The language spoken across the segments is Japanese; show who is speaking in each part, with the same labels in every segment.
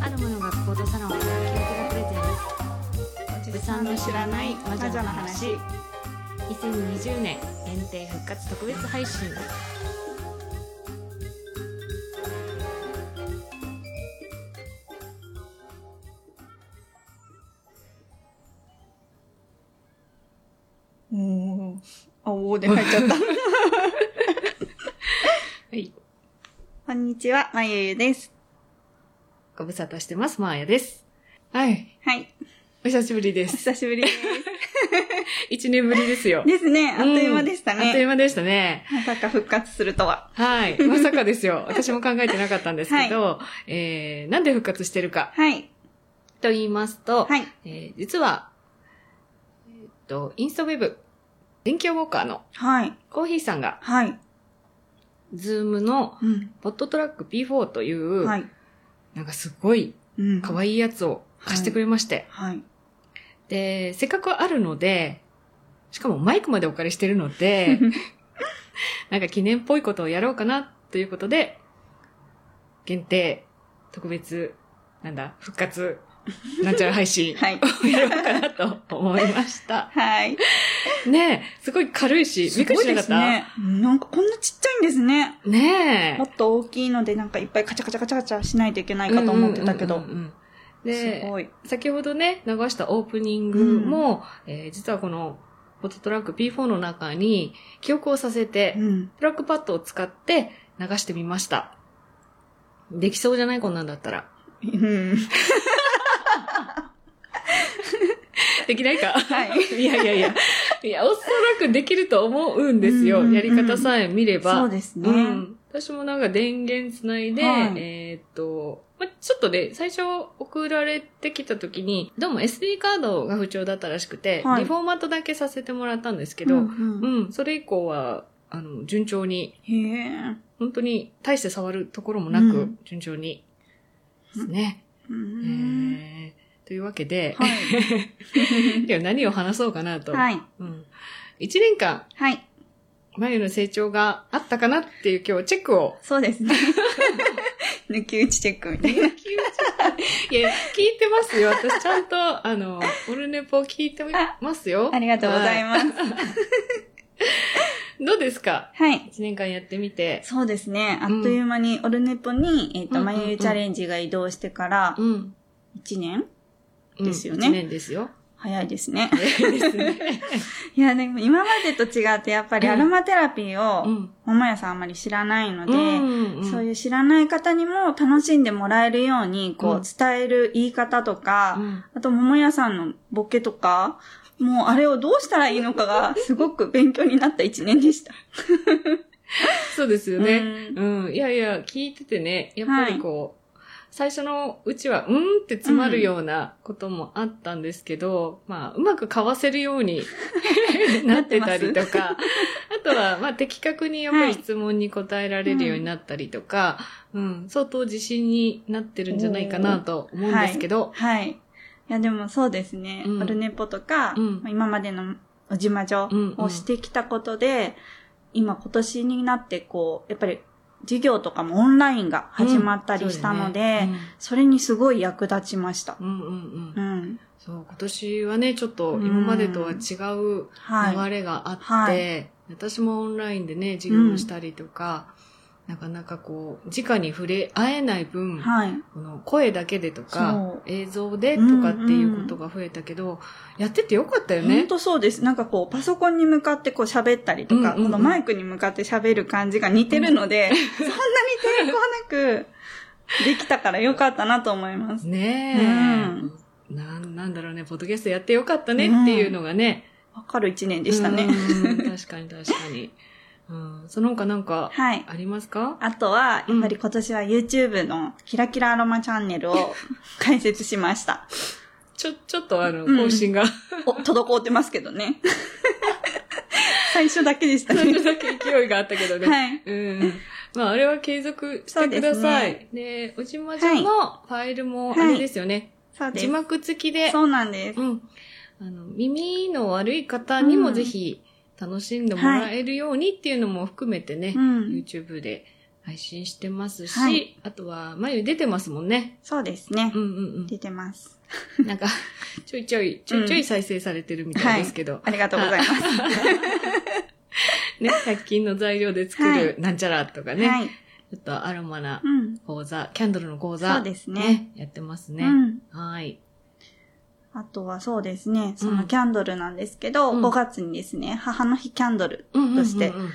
Speaker 1: あるもの学校とサロンから記憶がプレゼン
Speaker 2: お
Speaker 1: ツさんの知らない魔女の話
Speaker 2: は
Speaker 1: 2020年限定復活特別配信
Speaker 2: いもうあおおで入っ ちゃった
Speaker 1: はい
Speaker 2: こんにちはまゆゆです
Speaker 1: ご無沙汰してますマーヤですはい
Speaker 2: はい
Speaker 1: お久しぶりで
Speaker 2: お
Speaker 1: す
Speaker 2: 久しぶりです
Speaker 1: 1年ぶりですよ
Speaker 2: ですねあっという間
Speaker 1: ん
Speaker 2: でした
Speaker 1: あっとい
Speaker 2: ね、
Speaker 1: う間でしたね
Speaker 2: まさか復活するとは
Speaker 1: はいまさかですよ私も考えてなかったんですけど、えー、なんで復活してるか
Speaker 2: はい
Speaker 1: と言いますと、
Speaker 2: はい
Speaker 1: えー実は、えーっと、インスタウェブ、電気ウォーカーの
Speaker 2: はい
Speaker 1: コーヒーさんが、
Speaker 2: はい
Speaker 1: ズームの
Speaker 2: うん
Speaker 1: ポットトラック P4 という、
Speaker 2: はい
Speaker 1: なんかすごい
Speaker 2: うん
Speaker 1: 可
Speaker 2: いい
Speaker 1: 愛いやつを貸してくれまして、
Speaker 2: はい
Speaker 1: で、せっかくあるので、しかもマイクまでお借りしてるの で、なんか記念っぽいことをやろうかなということで、限定、特別、なんだ、復活、なんちゃら配信
Speaker 2: はい
Speaker 1: をやろうかなと思いました。
Speaker 2: はい
Speaker 1: ねえ、すごい軽いし、びっくりしなかっ
Speaker 2: すごい
Speaker 1: た
Speaker 2: ですねなんかこんなちっちゃいんですね
Speaker 1: ね
Speaker 2: もっと大きいのでなんかいっぱいカチャカチャカチャカチャしないといけな
Speaker 1: え。
Speaker 2: いかと思ってたけど、
Speaker 1: うんうんうんうん
Speaker 2: す
Speaker 1: で、
Speaker 2: ごい
Speaker 1: 先ほどね、流したオープニングも、えー実はこの、ポテトラック P4 の中に、記憶をさせて、
Speaker 2: うん
Speaker 1: トラックパッドを使って流してみました。できそうじゃないこんなんだったら。
Speaker 2: うん
Speaker 1: できない か
Speaker 2: はい
Speaker 1: いやいやいや。いや、おそらくできると思うんです
Speaker 2: うん
Speaker 1: よ。
Speaker 2: うんうん
Speaker 1: やり方さえ見れば。
Speaker 2: そうですね、
Speaker 1: うん。私もなんか電源つないで、
Speaker 2: はい
Speaker 1: えーっと、ま、ちょっとね、最初送られてきた時に、どうも SD カードが不調だったらしくて、
Speaker 2: はい
Speaker 1: リフォーマットだけさせてもらったんですけど、
Speaker 2: う
Speaker 1: うんん、
Speaker 2: うん
Speaker 1: それ以降は、あの、順調に、
Speaker 2: へえ、
Speaker 1: 本当に大して触るところもなく、
Speaker 2: うん
Speaker 1: 順調に、ですね、
Speaker 2: う
Speaker 1: え
Speaker 2: ん
Speaker 1: ーというわけで、
Speaker 2: は
Speaker 1: 今日何を話そうかなと。
Speaker 2: い。はい。
Speaker 1: うん、1年間、
Speaker 2: はい。
Speaker 1: 眉の成長があったかなっていう今日チェックを
Speaker 2: そうですね。抜き打ちチェッ クみたいな。
Speaker 1: いや、聞いてますよ。私ちゃんと、あの、オルネポ聞いてますよ。
Speaker 2: ありがとうござい
Speaker 1: ま
Speaker 2: ます。
Speaker 1: す。どうですか
Speaker 2: はい。
Speaker 1: 一年間やってみて。
Speaker 2: そうですね。あっという間に、オルネポに、えっ、
Speaker 1: う
Speaker 2: と、
Speaker 1: んうん
Speaker 2: ま
Speaker 1: うん
Speaker 2: ゆゆチャレンジが移動してから、
Speaker 1: うん。
Speaker 2: 1年
Speaker 1: うん
Speaker 2: ですよね
Speaker 1: 一年ですよ。
Speaker 2: 早いですね。
Speaker 1: ですね。
Speaker 2: いや、でも今までと違って、やっぱり
Speaker 1: うん
Speaker 2: アロマテラピー
Speaker 1: う
Speaker 2: を、
Speaker 1: ん。
Speaker 2: ももやさんあんまり知らないので、そう
Speaker 1: い
Speaker 2: いう知らない方にも楽しんでもらえるように、こ
Speaker 1: うん
Speaker 2: う、伝える言い方とか、
Speaker 1: うん。
Speaker 2: あと、桃屋さんのボケとか、もうあれをどうしたらいいのか が、すごく勉強になった一年でした。
Speaker 1: そうですよね。
Speaker 2: うん
Speaker 1: うん。いやいや、聞いててね、やっぱりこう、最初のうちは、うんって詰まるようなこともあったんですけど、まあ、うまくかわせるよう になってたりとか、あとは、まあ、的確にやっぱり質問に答えられるようになったりとか、うん、相当自信になってるんじゃないかなと思うんですけど、
Speaker 2: はい。いや、でもそうですね。
Speaker 1: うん
Speaker 2: オルネポとか、
Speaker 1: うん
Speaker 2: まあ今までのおじまじょ
Speaker 1: うんうん
Speaker 2: をしてきたことで、今今年になって、こう、やっぱり授業とかもオンラインが始まったりしたので、それにすごい役立ちました。
Speaker 1: うん、うん、うんう。
Speaker 2: うんん。
Speaker 1: そう、今年はね、ちょっと今までとは違う
Speaker 2: は
Speaker 1: 流
Speaker 2: い。
Speaker 1: れがあって、
Speaker 2: はい
Speaker 1: 私もオンラインでね、授業をしたりとか、なかなかこう、直に触れ合えない分、
Speaker 2: はい。
Speaker 1: この声だけでとか
Speaker 2: そう、
Speaker 1: 映像でとかっていうことが増えたけど、やっててよかったよ
Speaker 2: 本
Speaker 1: ね。
Speaker 2: 当そうです。なんかこう、パソコンに向かってこう喋ったりと
Speaker 1: う
Speaker 2: か、
Speaker 1: んうんうん
Speaker 2: このマイクに向かって喋る感じが似てるので、 そんなに抵抗なくできたからよかったなと思います。
Speaker 1: ねえ、なん。なんだろうね、ポッドキャストやってよかったねっていうのがね。
Speaker 2: わかる一年でしたね。
Speaker 1: うん確かに確かに。うん、その他なんか
Speaker 2: はい。
Speaker 1: ありますか
Speaker 2: あとは、やっぱり今年は YouTube のキラキラアロマチャンネル を開設しました。
Speaker 1: ちょ、ちょっとあの、
Speaker 2: うん
Speaker 1: 更 新が、
Speaker 2: お、滞ってますけ どね。最初だけでした
Speaker 1: 最
Speaker 2: ね。
Speaker 1: 初だけ勢いがあったけどね。
Speaker 2: はい。
Speaker 1: うん。まあ、あれは継続してください。でおじまじょのファイルも、あれですよね、
Speaker 2: そうで
Speaker 1: 字
Speaker 2: す。
Speaker 1: 幕付きで、
Speaker 2: そうなんです。
Speaker 1: うん。あの、耳の悪い方にもぜひ楽しんでもらえるようにっていうのも含めてね、
Speaker 2: うん
Speaker 1: YouTube で配信してますし、
Speaker 2: はい
Speaker 1: あとは、眉出てますもんね。
Speaker 2: そうですね
Speaker 1: う。んうん
Speaker 2: 出てます。
Speaker 1: うん。 なんか、ちょいちょい、ちょいちょい再生されてるみたいですけど、
Speaker 2: ありがとうございます。
Speaker 1: ね、100均の材料で作るなんちゃらとかね、
Speaker 2: はい。
Speaker 1: ちょっとアロマな
Speaker 2: うん。
Speaker 1: 講座、キャンドルの講座、
Speaker 2: そうですね。
Speaker 1: やってます
Speaker 2: う
Speaker 1: ね。
Speaker 2: ん。
Speaker 1: はい。
Speaker 2: あとはそうですね、そうの
Speaker 1: ん
Speaker 2: キャンドルなんですけど、
Speaker 1: うん
Speaker 2: 5月にですね、母の日キャンドル、
Speaker 1: そ
Speaker 2: そして本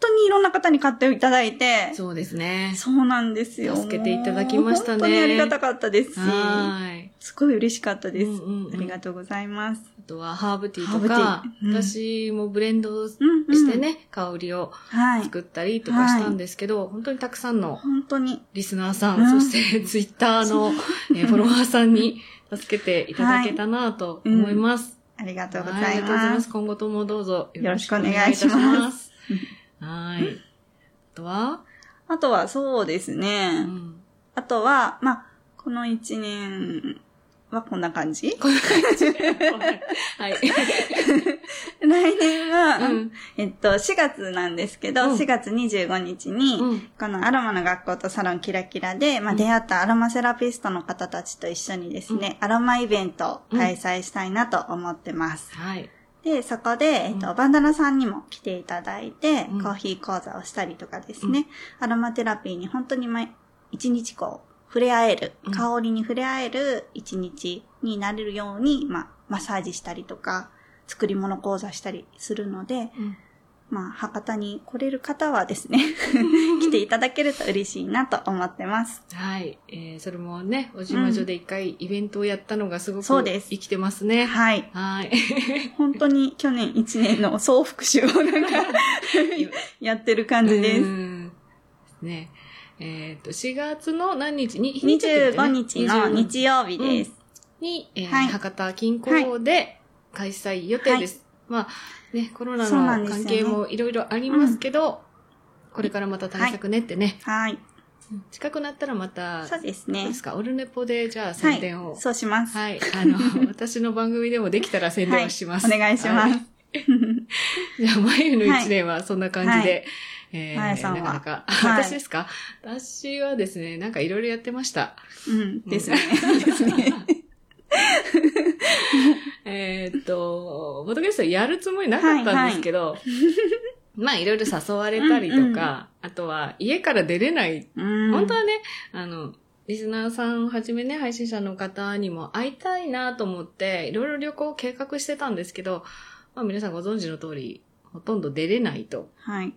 Speaker 2: 当にいろんな方に買っていただいて、
Speaker 1: そうですね。
Speaker 2: そうなんですよ。
Speaker 1: 助けていただきましたね
Speaker 2: もう本当にありがたかったですし、
Speaker 1: はーい。
Speaker 2: すごい嬉しかったです。
Speaker 1: うんうんうん
Speaker 2: ありがとうございます。
Speaker 1: あとはハーブティーと
Speaker 2: ハ
Speaker 1: か
Speaker 2: ーブ、ティーうん
Speaker 1: 私もブレンドし
Speaker 2: うん、うん。
Speaker 1: て。ね、香りを
Speaker 2: はい。
Speaker 1: 作ったりとかしたんですけど、本当にたくさんの
Speaker 2: 本当に。
Speaker 1: リスナーさん、
Speaker 2: うん
Speaker 1: そして ツイッターのえーフォロワーさんに助けていただけたなと思います。
Speaker 2: ありがとうご
Speaker 1: はいあ
Speaker 2: ざ
Speaker 1: り
Speaker 2: い
Speaker 1: がとうござい
Speaker 2: ま。
Speaker 1: ますす。今後ともどうぞよ
Speaker 2: ろ
Speaker 1: ろ
Speaker 2: し
Speaker 1: し
Speaker 2: く
Speaker 1: く
Speaker 2: お
Speaker 1: お
Speaker 2: 願
Speaker 1: 願
Speaker 2: い
Speaker 1: い
Speaker 2: し
Speaker 1: い
Speaker 2: ま
Speaker 1: た
Speaker 2: す
Speaker 1: します。はい。あとは、
Speaker 2: あとはそうです
Speaker 1: う
Speaker 2: ね。
Speaker 1: ん、
Speaker 2: あとは、まあ、この1年はこんな感じ
Speaker 1: こんな感じで。はい。
Speaker 2: 来年は、
Speaker 1: うん
Speaker 2: えっと、4月なんですけ
Speaker 1: う
Speaker 2: ど、
Speaker 1: ん
Speaker 2: 4月25日に、
Speaker 1: うん
Speaker 2: このアロマの学校とサロンキラキラで、まあ、
Speaker 1: うん
Speaker 2: 出会ったアロマセラピストの方たちと一緒にですね、アロマイベントを開催したいなと思ってます。
Speaker 1: はい。
Speaker 2: で、そこで、えっと、
Speaker 1: う
Speaker 2: バンダナさんにも来ていただいて、
Speaker 1: うん
Speaker 2: コーヒー講座をしたりとかですね、アロマテラピーに本当に毎一日こう、触れ合える、
Speaker 1: うん
Speaker 2: 香りに触れ合える一日になれるように、まあ、マッサージしたりとか、作り物講座したりするので、
Speaker 1: うん
Speaker 2: まあ、博多に来れる方はで すね、来ていただけると嬉しいなと思ってます。
Speaker 1: はい。えーそれもね、おじまじょで一回イベントをやったのがすごく
Speaker 2: そうです
Speaker 1: 生きてますね。
Speaker 2: はい。
Speaker 1: はい。
Speaker 2: 本当に去年1年の総復習を なんかやってる感じで
Speaker 1: う
Speaker 2: す。
Speaker 1: んね。えっ、と、4月の何日に、日にちだよね
Speaker 2: 25日の
Speaker 1: 25
Speaker 2: 日曜日です。
Speaker 1: に、えー
Speaker 2: はい
Speaker 1: 博多近郊で開催予定です。まあ、ね、コロナ
Speaker 2: そうなんで
Speaker 1: の
Speaker 2: すよね
Speaker 1: 関係もいろいろありますけど、これからまた対策ねってね、
Speaker 2: はい。
Speaker 1: 近くなったらまた、
Speaker 2: そうです
Speaker 1: どう
Speaker 2: ね
Speaker 1: で。すか、オルネポでじゃあ
Speaker 2: は
Speaker 1: 宣伝を。
Speaker 2: い。そうします。
Speaker 1: はい。あ の、私の番組でもできたら宣伝をします。
Speaker 2: はいお願いします
Speaker 1: はじゃあ、眉の一年はそんな感じで。え
Speaker 2: まやさんは
Speaker 1: なかなか。
Speaker 2: はい
Speaker 1: 私ですか私はですね、なんかいろいろやってま した。
Speaker 2: うん。ですね。
Speaker 1: ですね。えーっと、ボトゲストやるつもりなかったんですけど、まあいろいろ誘われたりとか、
Speaker 2: うんうん
Speaker 1: あとは家から出れない。
Speaker 2: うん
Speaker 1: 本当はね、あの、リスナーさんはじめね、配信者の方にも会いたいなと思って、いろいろ旅行を計画してたんですけど、まあ皆さんご存知の通り、ほとんど出れないと。
Speaker 2: はい。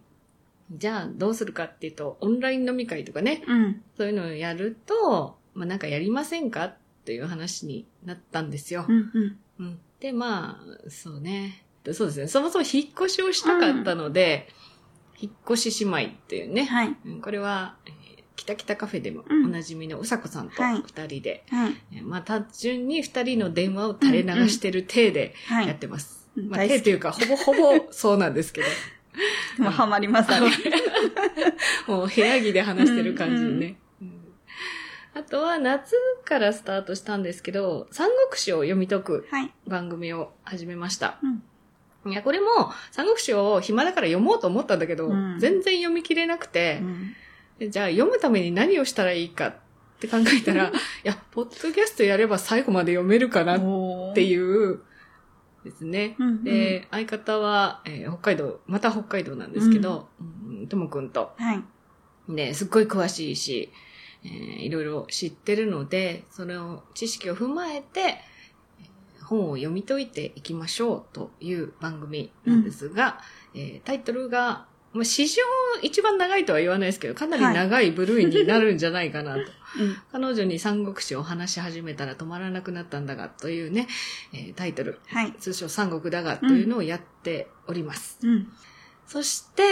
Speaker 1: じゃあどうするかっていうと、オンライン飲み会とかね、
Speaker 2: うん。
Speaker 1: そういうのをやると、まあ、なんかやりませんかっていう話になったんですよ
Speaker 2: う。ん。うん。
Speaker 1: うんで、まあ、そうね。そうですね。そもそも引っ越しをしたかったので、引っ越し姉妹っていうね。
Speaker 2: はい。
Speaker 1: うんこれは、えー北北カフェでも
Speaker 2: うん
Speaker 1: おなじみのうさこさんと
Speaker 2: はい
Speaker 1: 二人で、
Speaker 2: はい。
Speaker 1: えーまあ単純に二人の電話を垂れ流してる体で
Speaker 2: は
Speaker 1: やっ
Speaker 2: い。
Speaker 1: てます。
Speaker 2: うん
Speaker 1: まあ
Speaker 2: 大好き
Speaker 1: 手というか、ほぼほぼそうなんですけ ど。
Speaker 2: もうハマりま すあれ。
Speaker 1: もう部屋着で話してる感じでね。うんあとは夏からスタートしたんですけど、三国志を読み解く
Speaker 2: はい。
Speaker 1: 番組を始めました。
Speaker 2: うん
Speaker 1: いや、これも三国志を暇だから読もうと思ったんだけど、
Speaker 2: うん
Speaker 1: 全然読み切れなくて
Speaker 2: う、ん
Speaker 1: でじゃあ読むために何をしたらいいかって考えたら、いや、ポッドキャストやれば最後まで読めるかなっ
Speaker 2: おー
Speaker 1: ていうですね。
Speaker 2: うんうん
Speaker 1: で、相方は、えー北海道、また北海道なんですけど、うんともくんと、
Speaker 2: はい。
Speaker 1: ね、すっごい詳しいし、えーいろいろ知ってるので、その知識を踏まえて、えー本を読み解いていきましょうという番組なんですが、えータイトルが、まあ、史上一番長いとは言わないですけど、かなり長い部類になるんじゃないかなと。
Speaker 2: うん
Speaker 1: 彼女に三国志を話し始めたら止まらなくなったんだがというね、えータイトル、
Speaker 2: はい。
Speaker 1: 通称三国だがというのをやっております。
Speaker 2: うん。
Speaker 1: そして、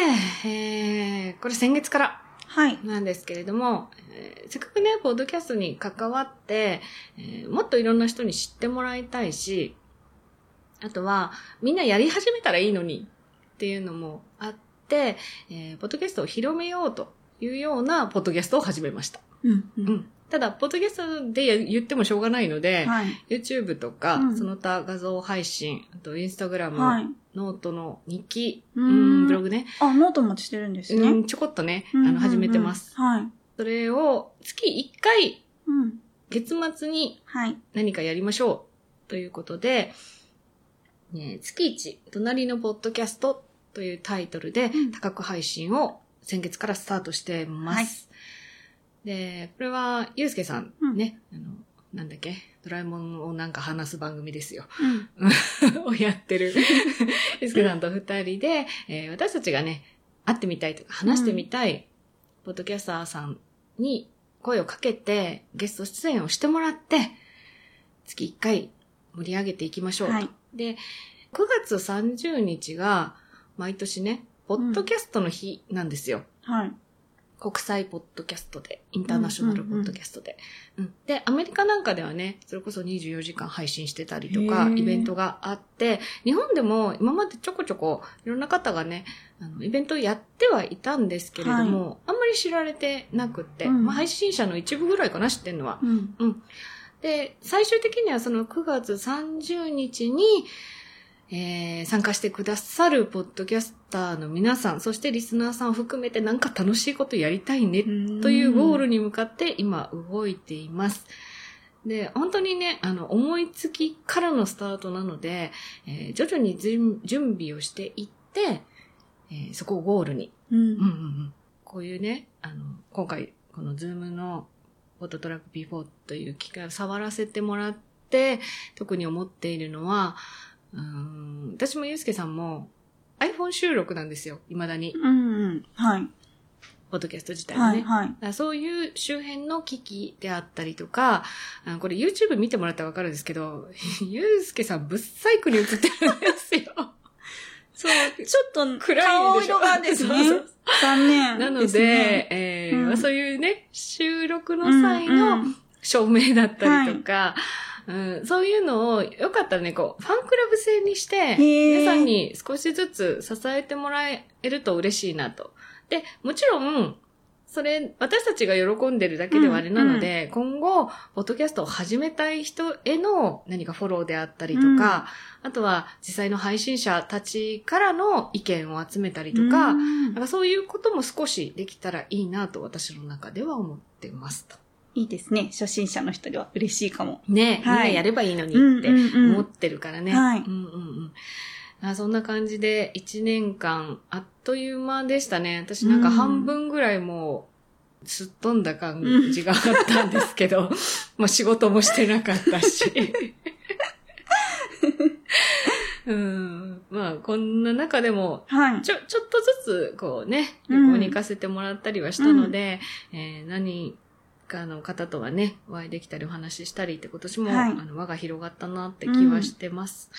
Speaker 1: えーこれ先月から
Speaker 2: はい。
Speaker 1: なんですけれども、えーせっかくね、ポッドキャストに関わって、えーもっといろんな人に知ってもらいたいし、あとは、みんなやり始めたらいいのにっていうのもあって、えーポッドキャストを広めようというようなポッドキャストを始めました。
Speaker 2: うん。う。
Speaker 1: うんん。ただ、ポッドキャストで言ってもしょうがないので、
Speaker 2: はい。
Speaker 1: YouTube とか、
Speaker 2: うん
Speaker 1: その他画像配信、あと Instagram、
Speaker 2: はい。
Speaker 1: ノートの日記、
Speaker 2: う
Speaker 1: う
Speaker 2: ー
Speaker 1: ん、
Speaker 2: ん
Speaker 1: ブログね、
Speaker 2: あ、ノートもしてるんです
Speaker 1: う
Speaker 2: ね。
Speaker 1: ん、ちょこっとね、
Speaker 2: うん
Speaker 1: あの、始めてます。。
Speaker 2: うんうんはい。
Speaker 1: それを、月1回、
Speaker 2: うん。
Speaker 1: 月末に
Speaker 2: はい。
Speaker 1: 何かやりましょう、ということで、ね、月1、隣のポッドキャストというタイトルで
Speaker 2: うん、
Speaker 1: 多角配信を先月からスタートしてます。で、これは、ゆうすけさん、
Speaker 2: うん
Speaker 1: ね、あの、なんだっけ、ドラえもんをなんか話す番組ですよ。
Speaker 2: う ん。
Speaker 1: をやって る、リスケさんと二人で、えー私たちがね、会ってみたいとか、話してみたい、ポッドキャスターさんに声をかけて、ゲスト出演をしてもらって、月1回盛り上げていきましょうと。
Speaker 2: はい
Speaker 1: で、9月30日が、毎年ね、ポッドキャストの日なんですよ。
Speaker 2: はい。
Speaker 1: 国際ポッドキャストで、インターナショナルポッドキャストで。うんで、アメリカなんかではね、それこそ24時間配信してたりとか
Speaker 2: へ、ー
Speaker 1: イベントがあって、日本でも今までちょこちょこいろんな方がね、あのイベントをやってはいたんですけれども、あんまり知られてなくって、
Speaker 2: うん
Speaker 1: まあ、配信者の一部ぐらいかな、知ってんのは。
Speaker 2: うん。
Speaker 1: で、最終的にはその9月30日に、えー参加してくださるポッドキャスターの皆さん、そしてリスナーさんを含めてなんか楽しいことやりたいねというゴールに向かって今動いています。で、本当にね、あの、思いつきからのスタートなので、えー徐々にじゅん準備をしていって、えーそこをゴールに
Speaker 2: う
Speaker 1: うんうん
Speaker 2: ん。
Speaker 1: うんこういうね、あの、今回、このズームのフォトトラック B4 という機会を触らせてもらって、特に思っているのは、うーん、私もゆうすけさんも iPhone 収録なんですよ、未だに。
Speaker 2: うん。うん。はい。
Speaker 1: ポッドキャスト自体は
Speaker 2: は
Speaker 1: ね。
Speaker 2: い。はい。
Speaker 1: だからそういう周辺の機器であったりとか、あこれ YouTube 見てもらったらわかるんですけど、 ゆうすけさんぶっ細工に映ってるんですよ。 そう、
Speaker 2: ちょっと、
Speaker 1: 暗い
Speaker 2: 顔
Speaker 1: んでしょ
Speaker 2: 色がです
Speaker 1: そうそう
Speaker 2: ね。残念。
Speaker 1: なので、
Speaker 2: すね
Speaker 1: え
Speaker 2: う
Speaker 1: ー
Speaker 2: ん
Speaker 1: まあそういうね、収録の
Speaker 2: うん
Speaker 1: 際
Speaker 2: う
Speaker 1: の
Speaker 2: ん
Speaker 1: 照明だったりとか、うん、そういうのを、よかったらね、こう、ファンクラブ制にして、
Speaker 2: ー
Speaker 1: 皆さんに少しずつ支えてもらえると嬉しいなと。で、もちろん、それ、私たちが喜んでるだけではあれなので、今後、ポッドキャストを始めたい人への何かフォローであったりとか、あとは実際の配信者たちからの意見を集めたりとか、
Speaker 2: うん
Speaker 1: なんかそういうことも少しできたらいいなと私の中では思ってますと。
Speaker 2: いいですね。初心者の人には嬉しいかも。
Speaker 1: ねえ、
Speaker 2: はい
Speaker 1: みんなやればいいのに
Speaker 2: うん
Speaker 1: って
Speaker 2: うんうん
Speaker 1: 思ってるからね。
Speaker 2: はい
Speaker 1: うんうんうんあそんな感じで1年間あっという間でしたね。私なんか半分ぐらいもうすっ飛んだ感じがあったんですけ ど、まあ仕事もしてなかったし。うん、まあこんな中でも
Speaker 2: はい。
Speaker 1: ちょ、ちょっとずつ、こうね、
Speaker 2: う
Speaker 1: 旅
Speaker 2: ん
Speaker 1: 行に行かせてもらったりはしたので、えー何かの方とはね、お会いできたりお話ししたりって今年も、
Speaker 2: はい
Speaker 1: あの輪が広がったなって気はしてます。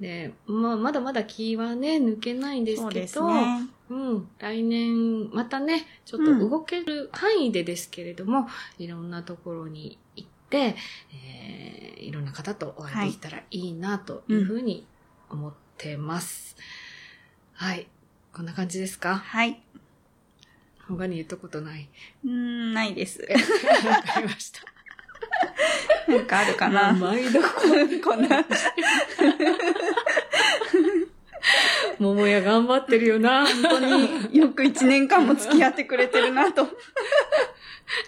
Speaker 1: で、まあ、まだまだ気はね、抜けないんです
Speaker 2: そう
Speaker 1: け
Speaker 2: です
Speaker 1: ど、
Speaker 2: ね。
Speaker 1: うん、来年、またね、ちょっと動ける範囲でですけれども、いろんなところに行って、えーいろんな方とお会いできたらいいなというふうに思ってます。はい。こんな感じですか
Speaker 2: はい。
Speaker 1: 他に言ったこと ない。
Speaker 2: うーん、ないです。
Speaker 1: わかりました。
Speaker 2: なんかあるかな。
Speaker 1: もう毎度こ
Speaker 2: こんな。
Speaker 1: う、桃屋頑張ってるよ な。
Speaker 2: 本当によく1年間も付き合ってくれてるなと。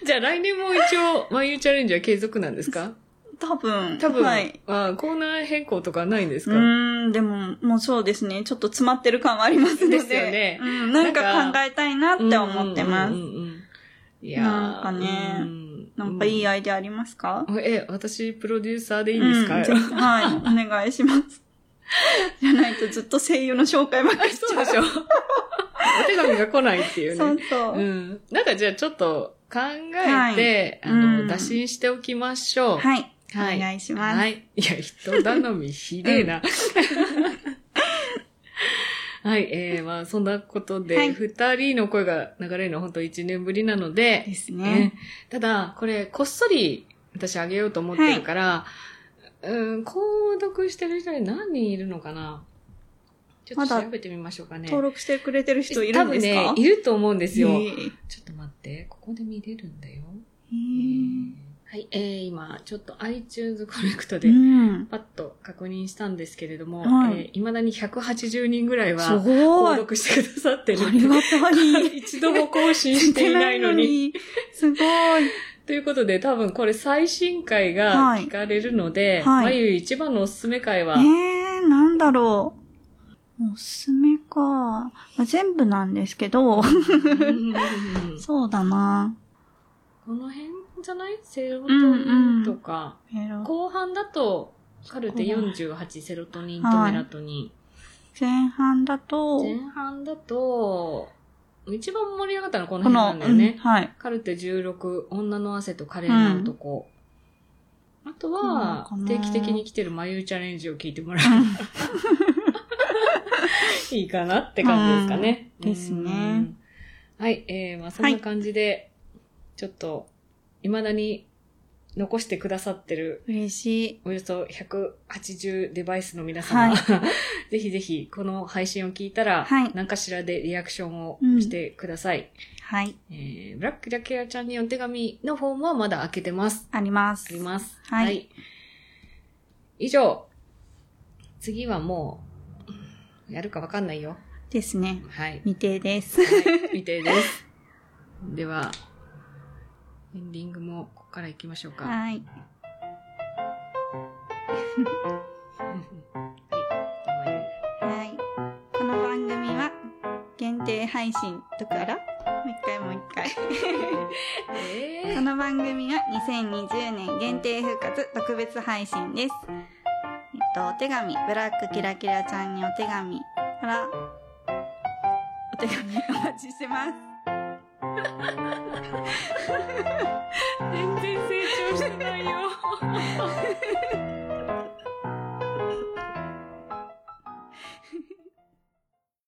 Speaker 1: じゃあ来年も一応、眉チャレンジ は継続なんですか
Speaker 2: 多分。
Speaker 1: 多分、
Speaker 2: はい。
Speaker 1: あコーナー変更とかないんです
Speaker 2: う
Speaker 1: か、
Speaker 2: ーん、でも、もうそうですね。ちょっと詰まってる感はありますの
Speaker 1: で
Speaker 2: で。
Speaker 1: すよね
Speaker 2: うん、なん
Speaker 1: なん
Speaker 2: か考
Speaker 1: か
Speaker 2: えたいなって思ってま
Speaker 1: うんう
Speaker 2: す。
Speaker 1: んうんうんいやー
Speaker 2: なんかね
Speaker 1: うん
Speaker 2: なんかいい
Speaker 1: や
Speaker 2: アイデアありますか
Speaker 1: え、私、プロデューサーでいいんですか、
Speaker 2: うんぜひはい。お願いします。 じゃないとずっと声優の紹介ばっかりしち
Speaker 1: そう
Speaker 2: ゃう
Speaker 1: で。しょお手紙が来ないっていうね。
Speaker 2: そうそう。
Speaker 1: うん。なんかじゃあちょっと考えて、
Speaker 2: はい
Speaker 1: あの、
Speaker 2: うん
Speaker 1: 打診しておきましょう。
Speaker 2: はい。
Speaker 1: はい
Speaker 2: お願いします。
Speaker 1: はい。いや、人頼みひでえな。 はい、えー、まあ、そんなこと
Speaker 2: は
Speaker 1: で、
Speaker 2: い
Speaker 1: 二、人の声が流れるのは本当1年ぶりなので、
Speaker 2: です
Speaker 1: ね
Speaker 2: ね。、
Speaker 1: ただ、これ、こっそり私あげようと思ってるから、うん、購読してる人に何人いるのかなちょっ
Speaker 2: ま
Speaker 1: と
Speaker 2: だ
Speaker 1: 調べてみましょうかね。
Speaker 2: 登録してくれてる人いるんですか
Speaker 1: 多分ね、いると思うんですよ。
Speaker 2: ええ
Speaker 1: ちょっと待って、ここで見れるんだよ。
Speaker 2: へえ
Speaker 1: はい、えー、今、ちょっと iTunes コレクト
Speaker 2: う
Speaker 1: で、
Speaker 2: ん。
Speaker 1: パッと確認したんですけれども、
Speaker 2: はい
Speaker 1: えー未だに180人ぐらい
Speaker 2: す
Speaker 1: は、
Speaker 2: ご
Speaker 1: 登
Speaker 2: い。
Speaker 1: 録してくださってる
Speaker 2: あ
Speaker 1: んで
Speaker 2: りがたい。
Speaker 1: 一度も更新していないのに。
Speaker 2: して ないのに。すごい。
Speaker 1: ということで、多分これ最新回が
Speaker 2: はい
Speaker 1: 聞かれるので、
Speaker 2: はい
Speaker 1: まゆゆ一番のおすすめ回は、
Speaker 2: えー、なんだろう。おすすめか。まあ全部なんですけ
Speaker 1: う
Speaker 2: ど、
Speaker 1: ん
Speaker 2: そうだな。
Speaker 1: この辺じゃないセロト
Speaker 2: うんう
Speaker 1: ニン
Speaker 2: ん
Speaker 1: とか、
Speaker 2: えろ
Speaker 1: 後半だと、カルテ48セロトニンとメラトニ
Speaker 2: 前半だと、
Speaker 1: ン。前半だと、一番盛り上がったのはこの
Speaker 2: こ
Speaker 1: 辺
Speaker 2: の、
Speaker 1: なんだよね
Speaker 2: うん。はい。
Speaker 1: カルテ16、女の汗と華麗な男。あとは
Speaker 2: そうなのか、な
Speaker 1: 定期的に来てる眉チャレンジを聞いてもら
Speaker 2: う
Speaker 1: え
Speaker 2: ん
Speaker 1: ばいいかなって感じですかね。
Speaker 2: うんです
Speaker 1: う
Speaker 2: ね
Speaker 1: ん。はい、えー、まあそんな感じで、ちょっと、未だに残してくださってる、
Speaker 2: 嬉しい。
Speaker 1: およそ180デバイスの皆様、
Speaker 2: はい
Speaker 1: ぜひぜひ、この配信を聞いたら、
Speaker 2: はい
Speaker 1: 何かしらでリアクションを
Speaker 2: うん
Speaker 1: してください。
Speaker 2: はい。
Speaker 1: えー、ブラックジャケアちゃんにお手紙のフォームはまだ開けてます。
Speaker 2: あります。
Speaker 1: あります。
Speaker 2: はい
Speaker 1: 以上。次はもう、やるかわかんないよ。
Speaker 2: ですね。
Speaker 1: はい。
Speaker 2: 未定です。
Speaker 1: はい未定です。 では、エンディングもここから行きましょうか。
Speaker 2: はい。
Speaker 1: はい
Speaker 2: はい。この番組は、限定配信とから、もう一回もう一回。
Speaker 1: え
Speaker 2: この番組は2020年限定復活特別配信です。えっと、お手紙、ブラックキラキラちゃんにお手紙から、お手紙お待ちしてます。
Speaker 1: ー、全然成長してないよ。